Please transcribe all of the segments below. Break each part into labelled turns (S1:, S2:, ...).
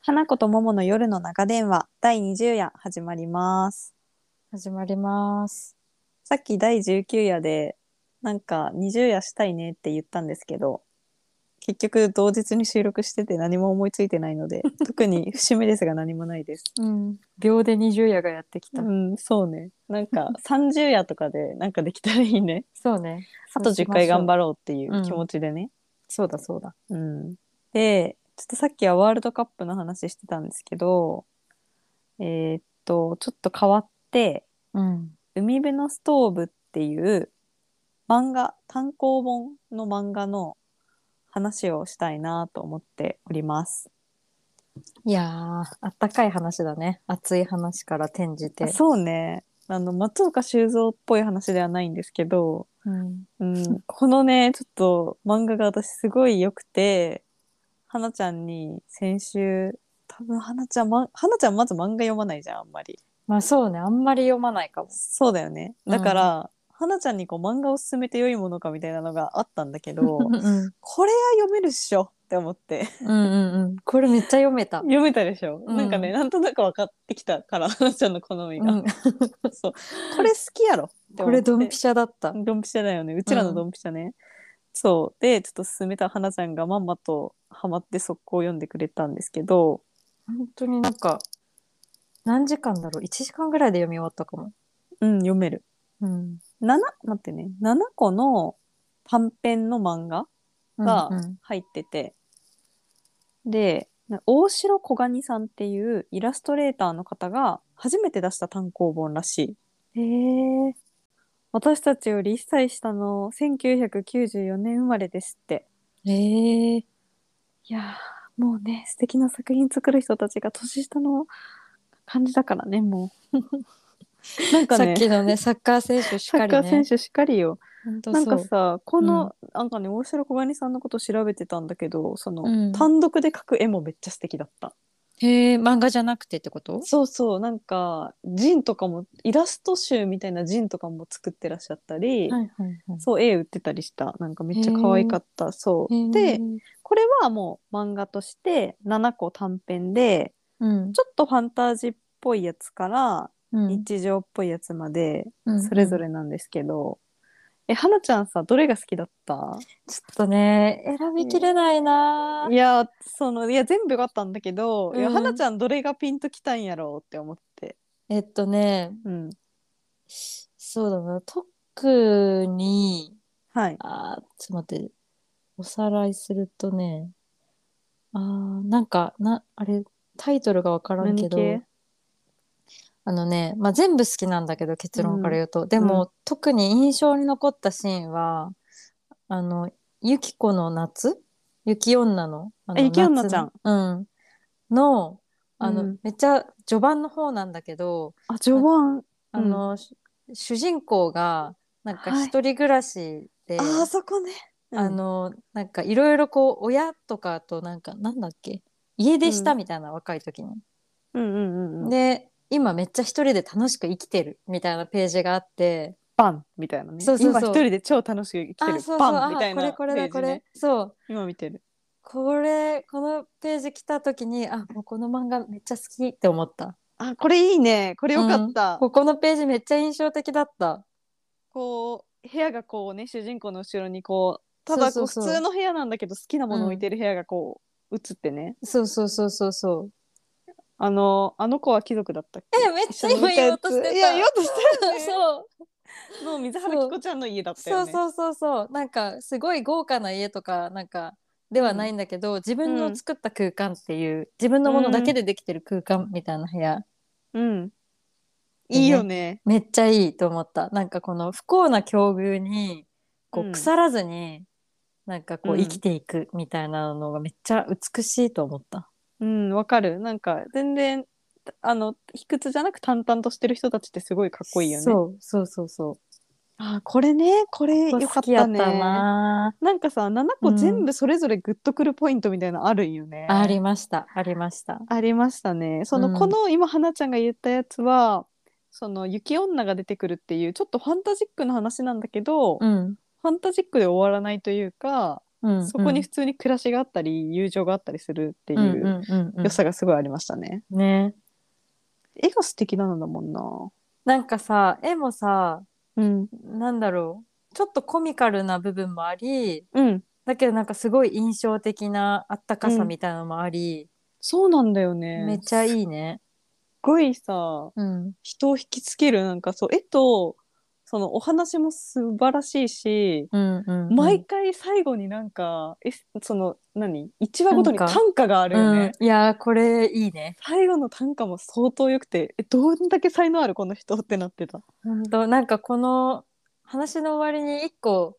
S1: 花子と桃の夜の中電話第20夜始まります。
S2: 始まります。
S1: さっき第19夜でなんか20夜したいねって言ったんですけど、結局同日に収録してて何も思いついてないので、特に節目ですが何もないです。
S2: うん。秒で二十夜がやってきた。
S1: うん、そうね。なんか30夜とかでなんかできたらいいね。
S2: そうね。
S1: あと10回頑
S2: る。
S1: 張ろうっていう気持ちでね。
S2: そうだそうだ。
S1: うん、でちょっとさっきはワールドカップの話してたんですけどえーっとちょっと変わって
S2: うん。
S1: 「海辺のストーブ」っていう漫画単行本の漫画の話をしたいなと思っております。
S2: いやー、あったかい話だね。熱い話から転じて。
S1: そうねあの松岡修造っぽい話ではないんですけど、
S2: うん。
S1: うん、 このねちょっと漫画が私すごい良くて花ちゃんに先週多分花ちゃん、ま、花ちゃんまず漫画読まないじゃんあんまり
S2: まあそうね。あんまり読まないかも。
S1: そうだよねだから、花ちゃんにこう漫画を勧めて良いものかみたいなのがあったんだけ ど
S2: うん
S1: これは読めるっしょって思って
S2: うんうん。これめっちゃ読めた。
S1: 読めたでしょ、
S2: うん
S1: なんかねなんとなく分かってきたから花ちゃんの好み
S2: う
S1: が、
S2: ん
S1: そうこれ好きやろって思って
S2: これドンピシャだった。
S1: ドンピシャだよね。うちらのドンピシャね。そう。で、ちょっと勧めた花ちゃんがまんまとハマって速攻読んでくれたんですけど、
S2: 本当になんか、何時間だろう ?1 時間ぐらいで読み終わったかも。
S1: うん、読める。
S2: うん。
S1: 7、待ってね、7個の短編の漫画が
S2: うんうん
S1: 入ってて、で、な大城小蟹さんっていうイラストレーターの方が初めて出した単行本らしい。
S2: へえ。
S1: 私たちより1歳下の1994年生まれですって。
S2: へえ。
S1: いやーもうね素敵な作品作る人たちが年下の感じだからねもう なんか
S2: さ
S1: ね
S2: っきのね、サッカー選手し
S1: サ
S2: か
S1: ッ
S2: りね。
S1: カー選手しっかりよ、
S2: 本当
S1: なん
S2: そ
S1: か
S2: う。
S1: さこの、なんかね大城小金さんのこと調べてたんだけどその、
S2: うん
S1: 単独で描く絵もめっちゃ素敵だった
S2: へえ、漫画じゃなくてってこと
S1: そうそうなんか陣とかもイラスト集みたいな陣とかも作ってらっしゃったり、
S2: はいはいはい。
S1: そう絵売ってたりしたなんかめっちゃ可愛かったそうで、これはもう漫画として7個短編で
S2: うん、
S1: ちょっとファンタジーっぽいやつから
S2: うん
S1: 日常っぽいやつまで
S2: うん
S1: それぞれなんですけど、えはなちゃんさどれが好きだった
S2: ちょっとね、選びきれないなぁ
S1: いやそのいや全部よかったんだけど、いや
S2: うん
S1: はなちゃんどれがピンときたんやろうって思って、
S2: えっとね、
S1: うん、
S2: そうだな、特に、
S1: はい
S2: あーちょっと待って、おさらいするとね、あーなんか、な、あれ、タイトルがわからんけど
S1: 何系、
S2: あのね、まあ、全部好きなんだけど結論から言うと、でも、
S1: う
S2: 特に印象に残ったシーンはあのユキコの夏雪女のあの
S1: あ雪女ちゃん
S2: 夏のうん、のあの、
S1: うん
S2: めっちゃ序盤の方なんだけど
S1: あ序盤、
S2: あの、し主人公がなんか
S1: はい
S2: 一人暮らしで、
S1: ああそこね、うん
S2: あのなんかいろいろこう親とかとなんかなんだっけ家出したみたいな、若い時に。
S1: うんうんうんうん
S2: で今めっちゃ一人で楽しく生きてるみたいなページがあって
S1: バンみたいなね
S2: そうそうそう
S1: 今一人で超楽しく生きてる
S2: あそうそう
S1: バ
S2: あ
S1: ンみたいな
S2: これこれだ
S1: ページ
S2: こ
S1: ね
S2: れそう
S1: 今見てる
S2: これこのページ来た時にあもうこの漫画めっちゃ好きって思った
S1: あこれいいねこれよかった、
S2: ここのページめっちゃ印象的だった
S1: こう部屋がこうね主人公の後ろにこうただこ
S2: そううそうそう
S1: 普通の部屋なんだけど好きなもの置いてる部屋がこう映ってね、
S2: そうそうそうそうそう
S1: あのあの子は貴族だったっけ
S2: えめっちゃ今言おうとしてた
S1: いや言おうとしたよね
S2: そう
S1: の水原希子ちゃんの家だった
S2: そ
S1: よ
S2: う
S1: ね
S2: そうそうそうなんかすごい豪華な家とかなんかではないんだけど、自分の作った空間っていう、自分のものだけでできてる空間みたいな部屋、
S1: うんいいよね
S2: めっちゃいいと思ったなんかこの不幸な境遇にこ
S1: うん
S2: う腐らずに、なんかこ
S1: う
S2: うん生きていくみたいなのがめっちゃ美しいと思った、
S1: うんわかるなんか全然あの卑屈じゃなく淡々としてる人たちってすごいかっこいいよね
S2: そうそうそうそう
S1: あこれねこれよ
S2: これ
S1: か
S2: 好
S1: っ
S2: きや
S1: た
S2: った
S1: ね
S2: な
S1: なんかさ7個
S2: うん
S1: 全部それぞれグッとくるポイントみたいなのあるんよね、
S2: ありましたありました
S1: ありましたね。その、
S2: うん
S1: この今花ちゃんが言ったやつはその雪女が出てくるっていうちょっとファンタジックな話なんだけど、
S2: うん
S1: ファンタジックで終わらないというか
S2: うん
S1: そこに普通に暮らしがあったり友情があったりするってい
S2: うん
S1: う
S2: うんうんうん
S1: 良さがすごいありましたね。
S2: ね
S1: 絵が素敵なのだもんな。
S2: なんかさ絵もさ
S1: うん、
S2: なんだろうちょっとコミカルな部分もあり
S1: うん、
S2: だけどなんかすごい印象的なあったかさみたいなのもあり、
S1: そうなんだよね。
S2: めっちゃいいね。
S1: すごいさ
S2: うん、
S1: 人を引きつけるなんかそう絵とそのお話も素晴らしいし、
S2: うんうんうん
S1: 毎回最後になんかえその何一話ごとに
S2: なんか
S1: 短歌があるよね。
S2: うん、いやーこれいいね。
S1: 最後の短歌も相当良くてえどんだけ才能あるこの人ってなってた。
S2: 本当なんかこの話の終わりに一個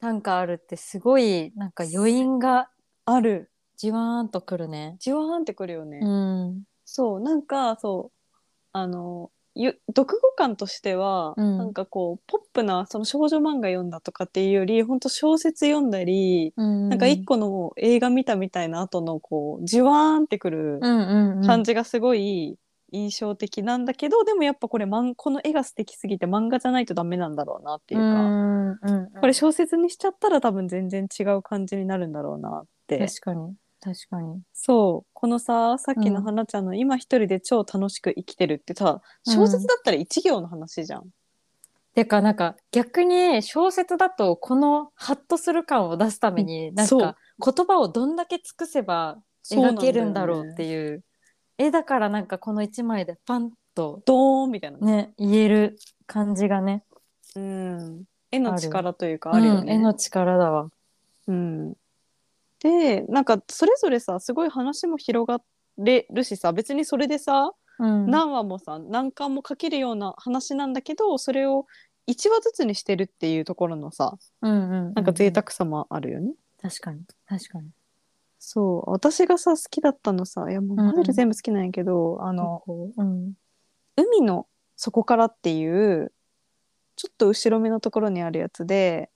S2: 短歌あるってすごいなんか余韻が
S1: ある
S2: じわーんとくるね。
S1: じわーんってくるよね。
S2: うん
S1: そうなんかそうあのゆ読語感としては、
S2: うん
S1: なんかこうポップなその少女漫画読んだとかっていうより本当小説読んだり、
S2: うん、
S1: なんか一個の映画見たみたいな後のこうじわーんってくる
S2: うんうんうん
S1: 感じがすごい印象的なんだけど、でもやっぱこれ漫この絵が素敵すぎて漫画じゃないとダメなんだろうなっていうか、
S2: うんうんうん、
S1: これ小説にしちゃったら多分全然違う感じになるんだろうなって
S2: 確かに確かに。
S1: そうこのささっきの
S2: うん
S1: 花ちゃんの「今一人で超楽しく生きてる」ってさ
S2: うん
S1: 小説だったら一行の話じゃん。
S2: てかなんか逆に小説だとこのハッとする感を出すためになん
S1: そう
S2: か言葉をどんだけ尽くせば
S1: そう
S2: 描けるんだろうって
S1: う。
S2: いう絵だからなんかこの一枚でパンと
S1: ドーンみたいな。
S2: ね言える感じがね
S1: うん、絵の力というか
S2: あ
S1: あ
S2: る
S1: る
S2: よ
S1: よ
S2: ね、
S1: ね。
S2: 絵の力だわ。
S1: うん、でなんかそれぞれさすごい話も広がれるしさ別にそれでさ、
S2: うん
S1: 何話もさ何巻も書けるような話なんだけどそれを1話ずつにしてるっていうところのさ
S2: うんうん、
S1: なんか贅沢さもあるよね。
S2: 確かに確かに。
S1: そう私がさ好きだったのさいやもうマジで全部好きなんやけど、あの
S2: うん
S1: 海の底からっていうちょっと後ろめのところにあるやつで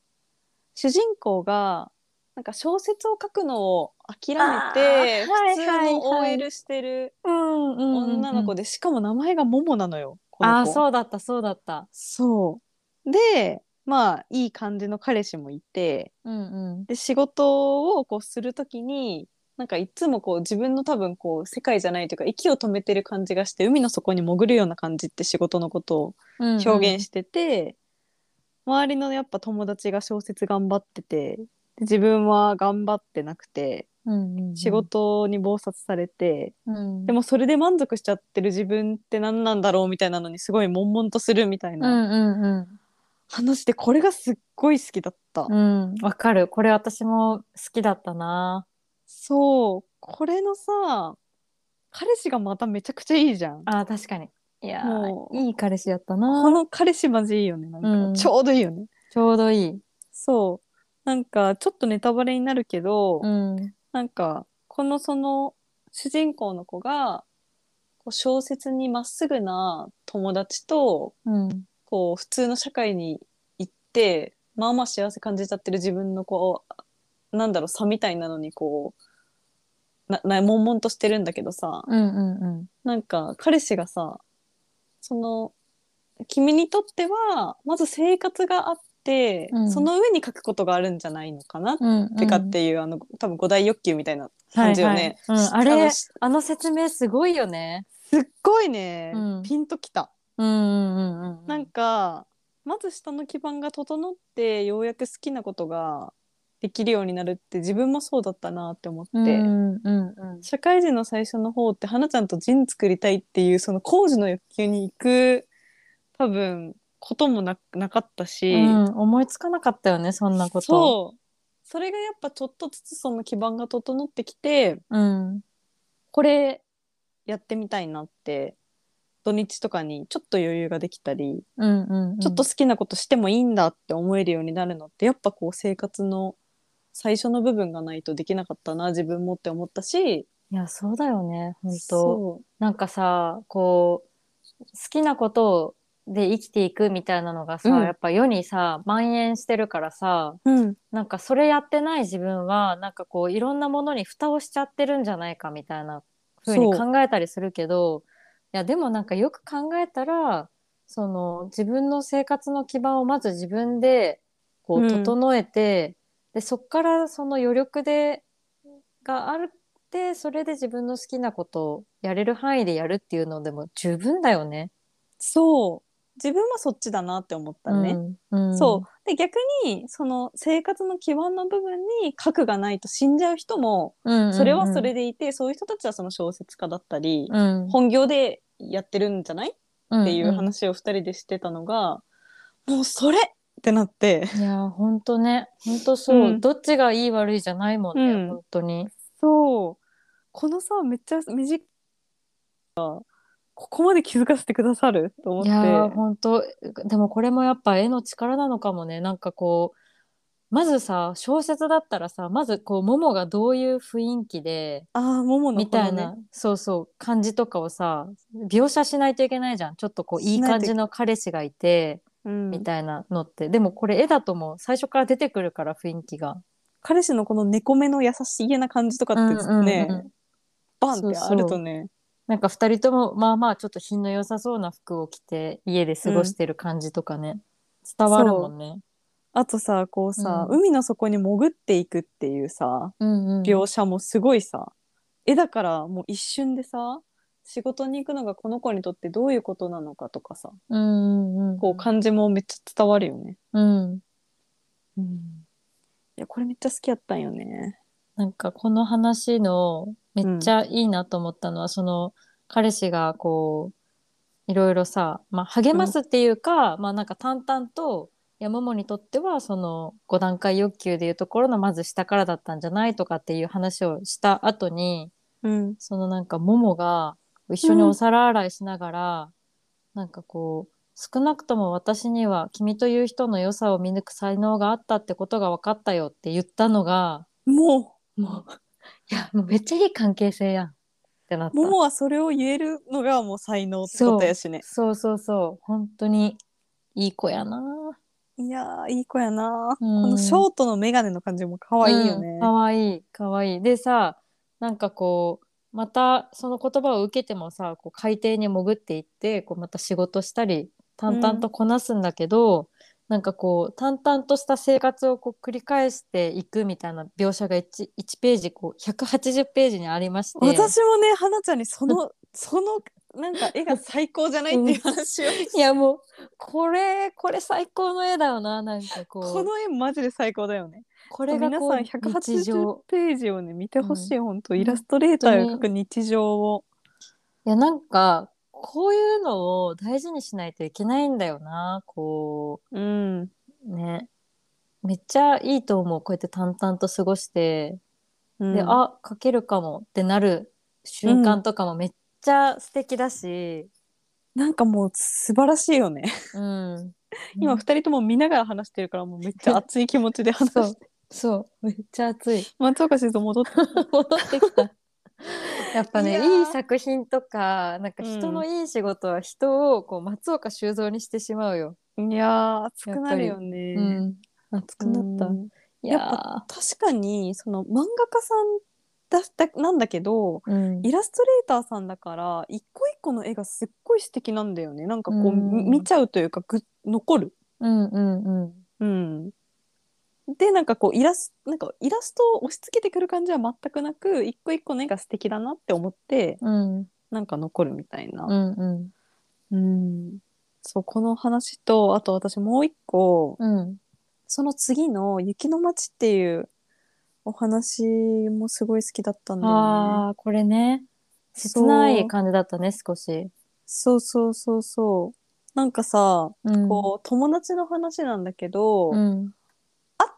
S1: 主人公がなんか小説を書くのを諦めて
S2: あーはい
S1: 普通
S2: はい
S1: の
S2: はい
S1: OL してる
S2: うんうんうんうん
S1: 女の子でしかも名前がモモなのよこ
S2: あ
S1: の
S2: あ
S1: 子
S2: そうだったそうだった。
S1: そうでまあいい感じの彼氏もいて
S2: うんうん
S1: で仕事をこうするときになんかいつもこう自分の多分こう世界じゃないというか息を止めてる感じがして海の底に潜るような感じって仕事のことを
S2: うんうん、
S1: 表現してて、周りのやっぱ友達が小説頑張っててで自分は頑張ってなくて
S2: うんうんうん
S1: 仕、事に忙殺されて、
S2: うん、
S1: でもそれで満足しちゃってる自分って何なんだろうみたいなのにすごい悶々とするみたい
S2: うん
S1: な
S2: うんうん
S1: 話でこれがすっごい好きだった。
S2: うん、わかる。これ私も好きだったな。
S1: そうこれのさ彼氏がまためちゃくちゃいいじゃん。
S2: あー確かに。いやー
S1: もう
S2: いい彼氏やった
S1: こ
S2: な。
S1: の彼氏マジいいよねなんか、
S2: うん
S1: ちょうどいいよね。
S2: ちょうどいい。
S1: そうなんかちょっとネタバレになるけど、
S2: うん。
S1: なんかこのその主人公の子がこう小説にまっすぐな友達と
S2: うん。
S1: こう普通の社会に行ってまあまあ幸せ感じちゃってる自分のこうなんだろう差みたいなのにこうなな悶々としてるんだけどさ
S2: うんうん
S1: なんか彼氏がさその君にとってはまず生活があって、
S2: うん
S1: その上に書くことがあるんじゃないのかなっ
S2: うん。うん。
S1: てかっていう、あの多分五大欲求みたいな感じよね。
S2: はいはいうん
S1: し
S2: あれ
S1: のし
S2: あの説明すごいよね。
S1: すっごいね、
S2: うん
S1: ピンときた。
S2: うんうんうんうん。
S1: なんかまず下の基盤が整ってようやく好きなことができるようになるって自分もそうだったなって思って、
S2: うんうんうん。
S1: 社会人の最初の方って花ちゃんと陣作りたいっていうその工事の欲求に行く多分こともななかったし、
S2: うん、思いつかなかったよねそんなこと。
S1: そうそれがやっぱちょっとずつその基盤が整ってきて
S2: う。うん。
S1: これやってみたいなって土日とかにちょっと余裕ができたり、
S2: うんうん、うん。
S1: ちょっと好きなことしてもいいんだって思えるようになるのってやっぱこう生活の最初の部分がないとできなかったな自分もって思ったし
S2: いやそうだよね本当。
S1: そ
S2: なんかさこう好きなことで生きていくみたいなのがさ、
S1: うん
S2: やっぱ世にさ蔓延してるからさ
S1: う、うん、
S2: なんかそれやってない自分はなんかこういろんなものに蓋をしちゃってるんじゃないかみたいな風に
S1: そう
S2: 考えたりするけどいやでもなんかよく考えたらその自分の生活の基盤をまず自分でこ
S1: う
S2: うん整えて、でそっからその余力でがあってそれで自分の好きなことをやれる範囲でやるっていうのでも十分だよね。
S1: そう自分はそっちだなって思ったね。
S2: うん、うん
S1: そうで逆にその生活の基盤の部分に核がないと死んじゃう人も
S2: うんうんうん
S1: それはそれでいて、そういう人たちはその小説家だったり、
S2: うん
S1: 本業でやってるんじゃないっていう
S2: うん
S1: 話を2人でしてたのが、もうそれってなって
S2: うんいや本当ね本当そう、
S1: うん
S2: どっちがいい悪いじゃないもんね、
S1: うん
S2: 本当に。
S1: そうこのさめっちゃ短いここまで気づかせてくださると思
S2: いや
S1: って
S2: 本当でもこれもやっぱ絵の力なのかもねなんかこうまずさ小説だったらさまずこうももがどういう雰囲気で
S1: ああももの
S2: み
S1: この
S2: た
S1: ね
S2: いな、そうそう感じとかをさ描写しないといけないじゃんちょっとこういい
S1: しない
S2: 感
S1: とい
S2: じの彼氏がいて
S1: うん
S2: みたいなのってでもこれ絵だともう最初から出てくるから雰囲気が。
S1: 彼氏のこの猫目の優しげな感じとかってですね、
S2: うんうんうん
S1: バンってあるとね
S2: なんか2人ともまあまあちょっと品の良さそうな服を着て家で過ごしてる感じとかね、伝わるもんね。
S1: あとさこうさ、
S2: うん
S1: 海の底に潜っていくっていうさ
S2: うんうん
S1: 描写もすごいさ、絵だからもう一瞬でさ仕事に行くのがこの子にとってどういうことなのかとかさ
S2: うんうんうん
S1: こう感じもめっちゃ伝わるよね。
S2: うん、
S1: うん、いやこれめっちゃ好きやったんよね。
S2: なんかこの話のめっちゃいいなと思ったのは、その彼氏がこういろいろさ、まあ、励ますっていうか、まあなんか淡々と山桃にとってはその5段階欲求でいうところのまず下からだったんじゃないとかっていう話をした後に
S1: うん、
S2: そのなんか桃が一緒にお皿洗いしながら、なんかこう少なくとも私には君という人の良さを見抜く才能があったってことが分かったよって言ったのが
S1: も
S2: もう、いや、もうめっちゃいい関係性やんってなっ
S1: う
S2: た。
S1: ももはそれを言えるのがもう才能ってことやしね。
S2: そうそうそう、本当にいい子やな。
S1: いやーいい子やな、
S2: うん
S1: このショートのメガネの感じも可愛いよ
S2: う
S1: ね
S2: ん。かわいい、かわいい。でさ、なんかこう、またその言葉を受けてもさ、こう海底に潜っていって、こうまた仕事したり、淡々とこなすんだけど、なんかこう淡々とした生活をこう繰り返していくみたいな描写が 1, 1ページこう180ページにありまして
S1: 私もね花ちゃんにその そのなんか絵が最高じゃないっていう話を、
S2: いやもうこれこれ最高の絵だよななんかこう
S1: この絵マジで最高だよね。
S2: これが
S1: 皆
S2: こ
S1: さ
S2: うん日
S1: 180
S2: 常
S1: ページをね見てほしい、本当
S2: ん
S1: イラストレーターが描く日常を。
S2: いやなんかこういうのを大事にしないといけないんだよなこ
S1: うん、
S2: うねめっちゃいいと思うこうやって淡々と過ごして、
S1: うん
S2: であ描けるかもってなる瞬間とかもめっちゃ素敵だし、
S1: なんかもう素晴らしいよね。
S2: うん
S1: 今二人とも見ながら話してるからもうめっちゃ熱い気持ちで話
S2: そ
S1: し
S2: う
S1: て
S2: そうめっちゃ熱い
S1: 松岡修造戻って
S2: 戻ってきた やっぱ
S1: い
S2: ね
S1: や
S2: い
S1: ー
S2: い作品とかなんか人のいい仕事は人をこう松岡修造にしてしまうよ、
S1: いやー熱くなるよね。
S2: うん熱く
S1: うん
S2: なった、い
S1: やっ
S2: や
S1: 確かにその漫画家さんだだなんだけど
S2: ーうん
S1: イラストレーターさんだから一個一個の絵がすっごい素敵なんだよねなんかこう、
S2: うん
S1: み見ちゃうというかぐ残る。
S2: うんうんうん
S1: うん、でなんかこうイラスなんかイラストを押し付けてくる感じは全くなく一個一個の絵が素敵だなって思って
S2: うん
S1: なんか残るみたいな。
S2: うんうん
S1: うん、そうこの話とあと私もう一個
S2: うん
S1: その次の「雪の街」っていうお話もすごい好きだったんだよね。
S2: あーこれね切ない感じだったね少し、
S1: そうそうそうそうなんかさ、
S2: うん、
S1: こう友達の話なんだけど、
S2: う
S1: 会
S2: ん
S1: っ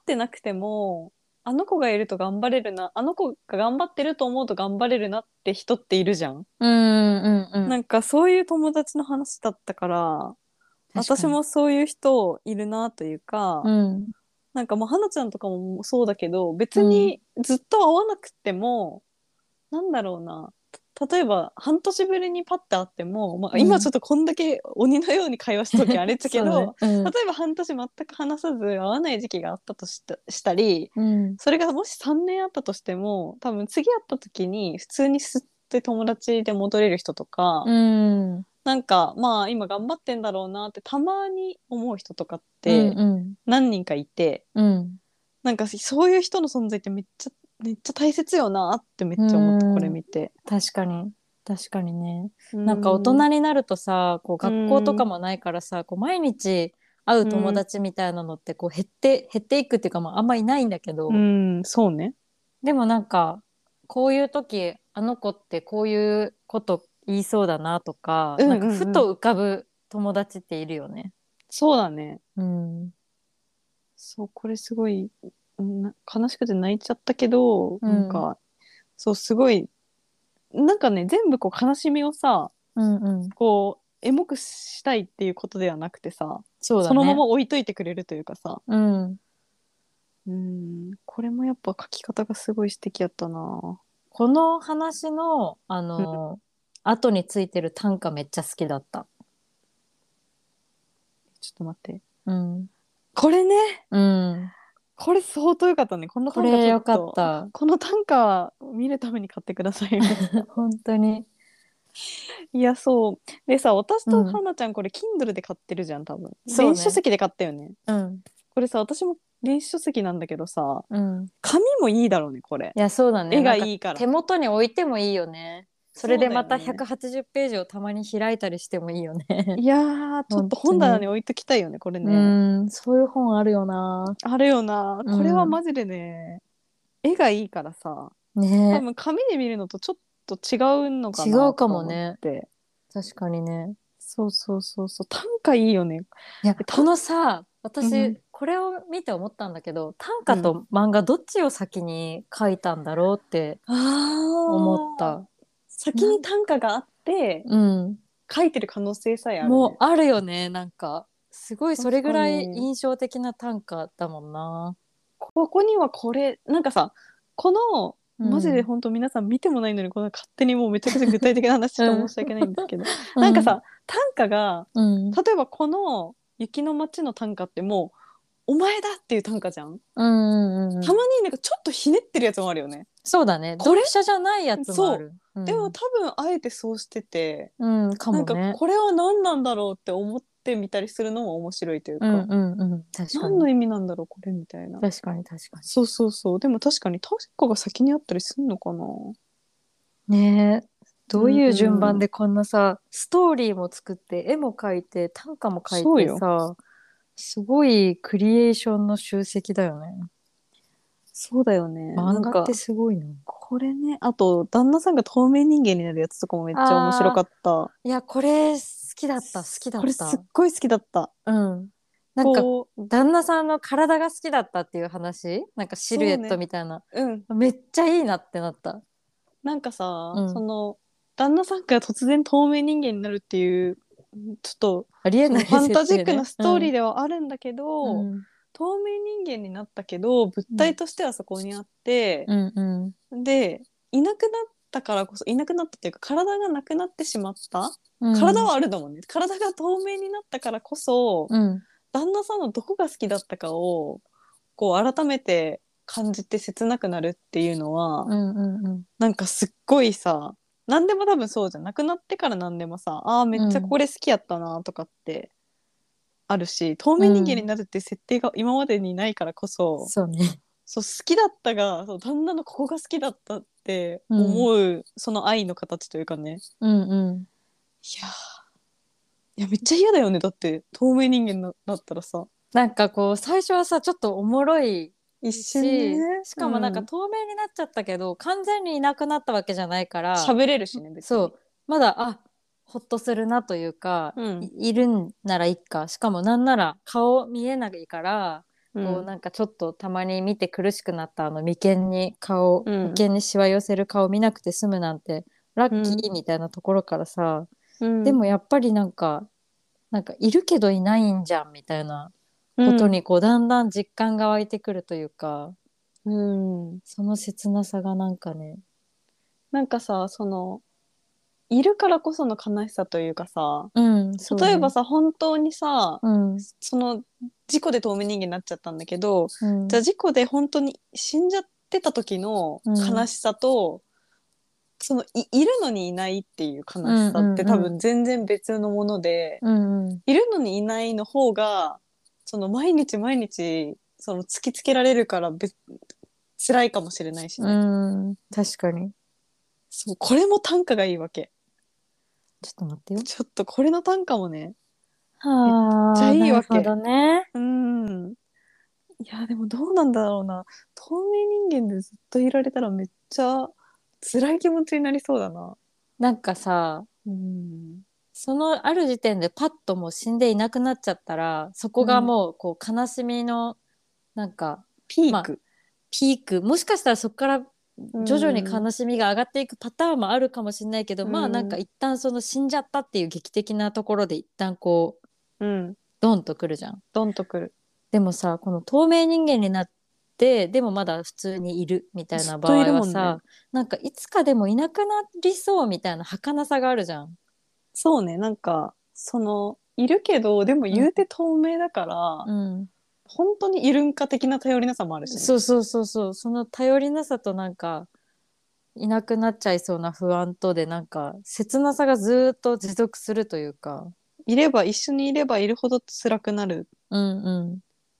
S1: てなくてもあの子がいると頑張れるなあの子が頑張ってると思うと頑張れるなって人っているじゃん。
S2: うんうんうん
S1: なんかそういう友達の話だったから
S2: 確かに
S1: 私もそういう人いるなというか。
S2: うん
S1: なんかもう花ちゃんとかもそうだけど別にずっと会わなくても、なんだろうなた例えば半年ぶりにパッて会っても、ま
S2: う
S1: あ、
S2: ん
S1: 今ちょっとこんだけ鬼のように会話した時あれだけど、
S2: そうね
S1: 例えば半年全く話さず会わない時期があったとしたしたり
S2: うん
S1: それがもし3年あったとしても多分次会った時に普通にすって友達で戻れる人とか、
S2: うんうん
S1: なんかまあ今頑張ってんだろうなってたまに思う人とかって
S2: うん
S1: 何人かいて。
S2: うん
S1: なんかそういう人の存在ってめっちゃめっちゃ大切よなってめっちゃ思った
S2: うん
S1: これ見て。
S2: 確かに確かにね
S1: な
S2: なんか大人になるとさこう学校とかもないからさこう毎日会う友達みたいなのってこう減って減っていくっていうか、まあ、あんまいないんだけど、
S1: うんそうね。
S2: でもなんかこういう時あの子ってこういうこと言いそうだなとか,、
S1: うんうんうん
S2: なんかふと浮かぶ友達っているよね。
S1: そうだね。
S2: うん、
S1: そうこれすごいな悲しくて泣いちゃったけど、なんかそうすごいなんかね全部こう悲しみをさ
S2: うんうん
S1: こうエモくしたいっていうことではなくてさ
S2: そうだね
S1: そのまま置いといてくれるというかさ
S2: うん、
S1: うんこれもやっぱ書き方がすごい素敵やったな
S2: この話のあの、後についてる短歌めっちゃ好きだった。
S1: ちょっと待って
S2: うん
S1: これね
S2: うん、
S1: これ相当良かったねこの
S2: こ
S1: 短歌
S2: れ
S1: ちょ
S2: よ
S1: っ
S2: か
S1: と
S2: った。
S1: この短歌は見るために買ってくださいよ
S2: 本当に。
S1: いやそうでさ私と
S2: うん
S1: はなちゃんこれ Kindle で買ってるじゃん多分、
S2: そうね
S1: 電子書籍で買ったよね
S2: うん
S1: これさ私も電子書籍なんだけどさ
S2: うん、
S1: 紙もいいだろうねこれ
S2: いやそうだね。
S1: 絵が
S2: なんか
S1: いいから
S2: 手元に置いてもいいよね。それでまた
S1: そうだよね
S2: 180ページをたまに開いたりしてもいいよね。
S1: いやーちょっと本棚に置いときたいよねこれ
S2: う
S1: ね、
S2: ん、そういう本あるよな。
S1: あるよな
S2: うん
S1: これはマジでね、絵がいいからさ多
S2: ね
S1: 分紙で見るのとちょっと違うのかな
S2: 違うかもね
S1: と思って
S2: 確かにね。
S1: そうそうそうそう短歌いいよね
S2: いやこのさ私、
S1: うん
S2: これを見て思ったんだけど短歌と漫画どっちを先に書いたんだろうって
S1: ああ
S2: 思った。
S1: 先に短歌があって
S2: うん、
S1: 書いてる可能性さえある、ね、
S2: もうあるよねなんかすごいそれぐらい
S1: 確かに
S2: 印象的な短歌だもんな。
S1: ここにはこれなんかさこの
S2: うん
S1: マジで本当皆さん見てもないのにこの勝手にもうめちゃくちゃ具体的な話しか申し訳ないんですけど、なんか、さ短歌が
S2: うん
S1: 例えばこの「雪の街」の短歌ってもう「お前だ!」っていう短歌じゃん、
S2: うんうんうん
S1: たまになんかちょっとひねってるやつもあるよね、
S2: そうだね。
S1: これ
S2: 読者じゃないやつもある。うん
S1: でも多分あえてそうしてて、
S2: うん、か
S1: な
S2: も
S1: んか
S2: ね。
S1: これは何なんだろうって思ってみたりするのも面白いという
S2: う
S1: か、
S2: んうんうん。確か
S1: 何の
S2: に。
S1: 意味なんだろうこれみたいな
S2: 確かに確か
S1: そうそうそうでも確かに短歌が先にあったりすんのかな
S2: に。ねえ。どういう順
S1: うんう
S2: 番
S1: ん
S2: でこんなさ、ストーリーも作って、絵も描いて、短歌も書
S1: そう
S2: いて
S1: よ
S2: さ、すごいクリエーションの集積だよね。
S1: そうだよね
S2: 漫
S1: なん
S2: 画
S1: か
S2: ってすごいな。
S1: これねあと旦那さんが透明人間になるやつとかもめっちゃ面白かった
S2: いや、これ好きだった、好きだ
S1: これ
S2: っ
S1: す
S2: た。
S1: っごい好きだった
S2: うん。なんか、
S1: こ
S2: 旦那さんの体が好きだったっていう話なんかシルエッ
S1: そう
S2: ト
S1: ね
S2: みたいな。
S1: う、うん、
S2: めっちゃいいなってなった。
S1: なんかさ、
S2: うん
S1: その旦那さんが突然透明人間になるっていうちょっと
S2: ありえ
S1: そ
S2: な
S1: の
S2: い
S1: ファンタジックなストーリー
S2: で
S1: ではあるんだけど、
S2: うんうん
S1: 透明人間になったけど物体としてはそこにあって、
S2: うんうん
S1: でいなくなったからこそいなくなったっていうか体がなくなってしまった、
S2: うん
S1: 体はあるだもんね体が透明になったからこそ、
S2: うん
S1: 旦那さんのどこが好きだったかをこう改めて感じて切なくなるっていうのは、
S2: うんうんうん
S1: なんかすっごいさ何でも多分そうじゃんなくなってから何でもさあーめっちゃこれ好きやったなとかってあるし、透明人間になるって設定が今までにないからこそ、
S2: そうね
S1: そう好きだったがそう旦那のここが好きだったって思う、その愛の形というかねい
S2: うんうん
S1: やーいやめっちゃ嫌だよねだって透明人間なだったらさ
S2: なんかこう最初はさちょっとおもろい
S1: 一
S2: し、
S1: 瞬ね
S2: しかもなんか透明になっちゃったけど、完全にいなくなったわけじゃないから
S1: 喋、れるしね別に
S2: そうまだあほっとするなというか、
S1: うん
S2: いいるんならいっかしかもなんなら顔見えないから
S1: うん
S2: こうなんかちょっとたまに見て苦しくなったあの眉間に顔、
S1: うん
S2: 眉間にしわ寄せる顔見なくて済むなんてラッキーみたいなところからさ、
S1: うん
S2: でもやっぱりなんかなんかいるけどいないんじゃんみたいなことにこうだんだん実感が湧いてくるというか、
S1: うんうん
S2: その切なさがなんかね
S1: なんかさそのいるからこその悲しさというかさ
S2: うんそうね
S1: 例えばさ、本当にさ
S2: うん、
S1: その事故で透明人間になっちゃったんだけど、
S2: うん
S1: じゃあ事故で本当に死んじゃってた時の悲しさと、そのいいるのにいないっていう悲しさ
S2: うん
S1: っ
S2: うんう
S1: て
S2: ん
S1: 多分全然別のもので、
S2: うんうん
S1: いるのにいないの方がその毎日毎日その突きつけられるから別辛いかもしれないしね、
S2: うん確かに
S1: そうこれも単価がいいわけ
S2: ちょっと待ってよ
S1: ちょっとこれの単価もね
S2: はあ
S1: めっちゃいいわけ
S2: なるほどね
S1: うんいやでもどうなんだろうな透明人間でずっといられたらめっちゃ辛い気持ちになりそうだな
S2: なんかさ
S1: うん
S2: そのある時点でパッともう死んでいなくなっちゃったらそこがもうこう悲しみのなんか
S1: ピ
S2: ま
S1: ー
S2: あ
S1: ク、
S2: ピークもしかしたらそこから徐々に
S1: うん
S2: 悲しみが上がっていくパターンもあるかもしれないけど、
S1: うん
S2: まあなんか一旦その死んじゃったっていう劇的なところで一旦こう
S1: うん
S2: ドンとくるじゃん。
S1: ドンとくる
S2: でもさこの透明人間になってでもまだ普通にいるみたいな場合は
S1: ずっといるも
S2: さ、
S1: んね
S2: なんかいつかでもいなくなりそうみたいな儚さがあるじゃん。
S1: そうねなんかそのいるけどでも言うて透明だから、
S2: うん、
S1: 本当にいるんか的な頼りなさもあるしね、
S2: そうそうそうそうその頼りなさとなんかいなくなっちゃいそうな不安とでなんか切なさがずーっと持続するというか。
S1: いれば一緒にいればいるほど辛くなる
S2: うんうん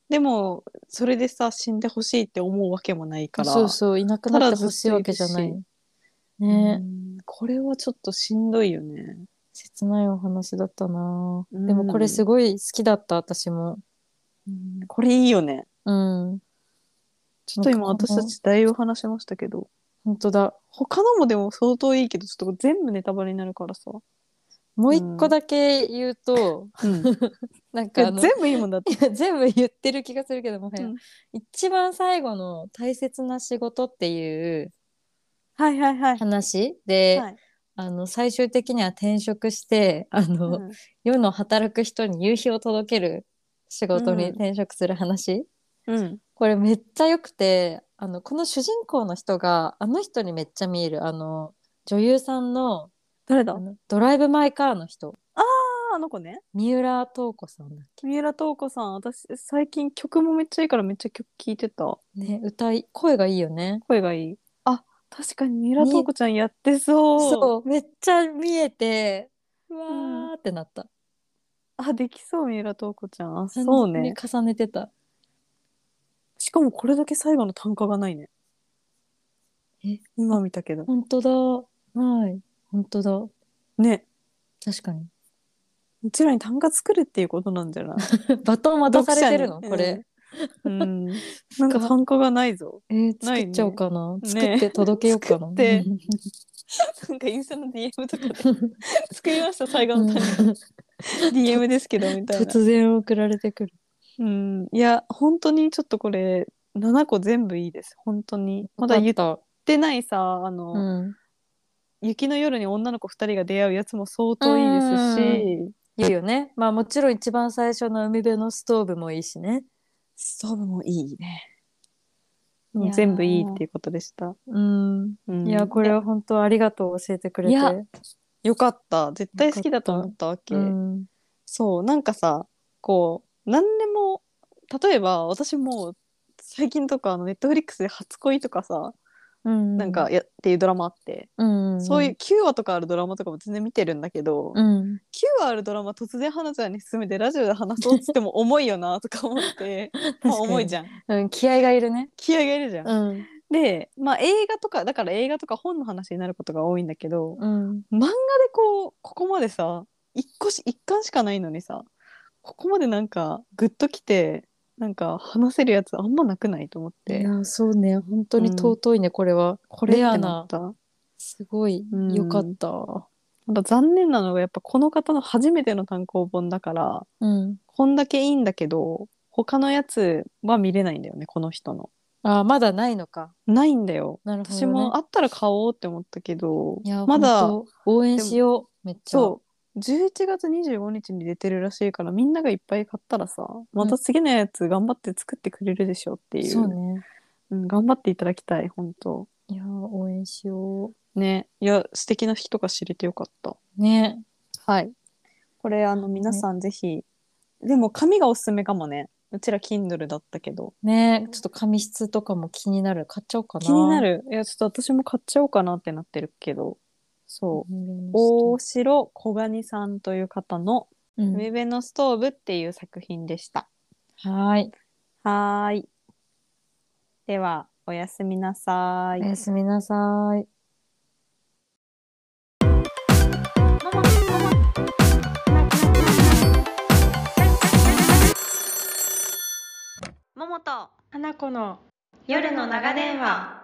S1: でもそれでさ死んでほしいって思うわけもないから
S2: そうそういなくなってほしいわけじゃない
S1: ただずっう
S2: ね、
S1: んこれはちょっとしんどいよね
S2: 切ないお話だったな、
S1: うん
S2: でもこれすごい好きだった私も
S1: これいいよね
S2: うん
S1: ちょっと今
S2: なんか
S1: 私たちだいぶ話しましたけど
S2: 本当だ
S1: 他のもでも相当いいけどちょっと全部ネタバレになる からさ、
S2: もう一個だけ言うと、なん
S1: い
S2: かあ
S1: や
S2: の
S1: 全部いいもんだって
S2: いや 全部言ってる気がするけどもはや、
S1: うん
S2: 一番最後の「大切な仕事」っていう
S1: はいはいはい、
S2: 話で、
S1: はい
S2: あの最終的には転職してあ
S1: う
S2: の、
S1: ん
S2: 世の働く人に夕日を届ける仕事に転職する話、
S1: うん、
S2: これめっちゃ良くてあのこの主人公の人があの人にめっちゃ見えるあの女優さんの
S1: 誰だ
S2: あのドライブ・マイ・カーの人
S1: あの子ね
S2: 三浦透子さんだっ
S1: 三浦透子さん私最近曲もめっちゃいいからめっちゃ曲聴いてた
S2: け、ね、歌い声がいいよね
S1: 声がいいあ確かに三浦透子ちゃんやってそう
S2: そうめっちゃ見えてうわ
S1: ん
S2: ーってなった、
S1: あできそう三浦透子ちゃんあそうね
S2: 完全に重ねてた
S1: しかもこれだけ最後の単価がないね
S2: え
S1: 今見たけど
S2: 本当だはい本当だ
S1: ね
S2: 確 かに
S1: うちらに単価作るっていうことなんじゃ ない
S2: バトン渡されてるの
S1: 読者に
S2: こ
S1: う
S2: れ、
S1: ん、うんなんか単価がないぞ
S2: えー作っちゃおうか
S1: な
S2: な
S1: いね
S2: 作って届けようかな、
S1: ねなんかインスタの DM とかで作りました最後の単価 DM ですけどみたいな
S2: 突然送られてくる
S1: うんいや本当にちょっとこれ7個全部いいです本当にまだ言っ
S2: った、
S1: てないさあの、
S2: うん、
S1: 雪の夜に女の子2人が出会うやつも相当いいですし
S2: いいよねまあもちろん一番最初の海辺のストーブもいいしね
S1: ストーブもいいね
S2: いやー
S1: もう全部いいっていうことでした、
S2: うん
S1: うん
S2: いやこれは本当ありがとう教えてくれ
S1: い
S2: て
S1: やよかった絶対好きだと思ったわけ
S2: うん
S1: そうなんかさこう何でも例えば私もう最近とかあのネットフリックスで「初恋」とかさ、
S2: うん
S1: なんかやっていうドラマあって、
S2: うん
S1: そういう9話とかあるドラマとかも全然見てるんだけど、
S2: うん
S1: 9話あるドラマ突然花ちゃんに勧めてラジオで話そうっつっても重いよなとか思って まあ重いじ
S2: ゃ
S1: ゃん
S2: ん、うん、気合がいるね
S1: 気合がいるじゃん。
S2: うん
S1: で、まあ、映画とかだから映画とか本の話になることが多いんだけど
S2: うん
S1: 漫画でこうここまでさ一個し一巻しかないのにさここまでなんかグッときてなんか話せるやつあんまなくないと思っ
S2: い
S1: て。
S2: やそうね本当に尊いね、これは
S1: これって
S2: レア
S1: な
S2: な
S1: ったなん
S2: すごい
S1: うん
S2: よかった
S1: か残念なのがやっぱこの方の初めての単行本だから
S2: うん
S1: こんだけいいんだけど他のやつは見れないんだよねこの人の。
S2: あまだないのか
S1: ないんだよ。
S2: なるほど、ね、
S1: 私もあったら買おうって思ったけど
S2: いや
S1: まだ
S2: 本当応援しようめっちゃ
S1: そう11月25日に出てるらしいからみんながいっぱい買ったらさまた次のやつ頑張って作ってくれるでしょっていう,、
S2: そうね
S1: うん、頑張っていただきたい本当
S2: いやー応援しよ
S1: ねいや素敵な人とか知れてよかった
S2: うね
S1: はいこれあの皆さんぜひ、でも紙がおすすめかもねうちら Kindle だったけど
S2: ねちょっと紙質とかも気になる買っちゃおうかな
S1: 気になるいやちょっと私も買っちゃおうかなってなってるけどそう大
S2: お
S1: 城小金さんという方の
S2: うん
S1: 海辺のストーブっていう作品でした。
S2: はーい
S1: はーい。では、おやすみなさい。
S2: おやすみなさい。
S3: ももと
S4: 花子の
S3: 夜の長電話。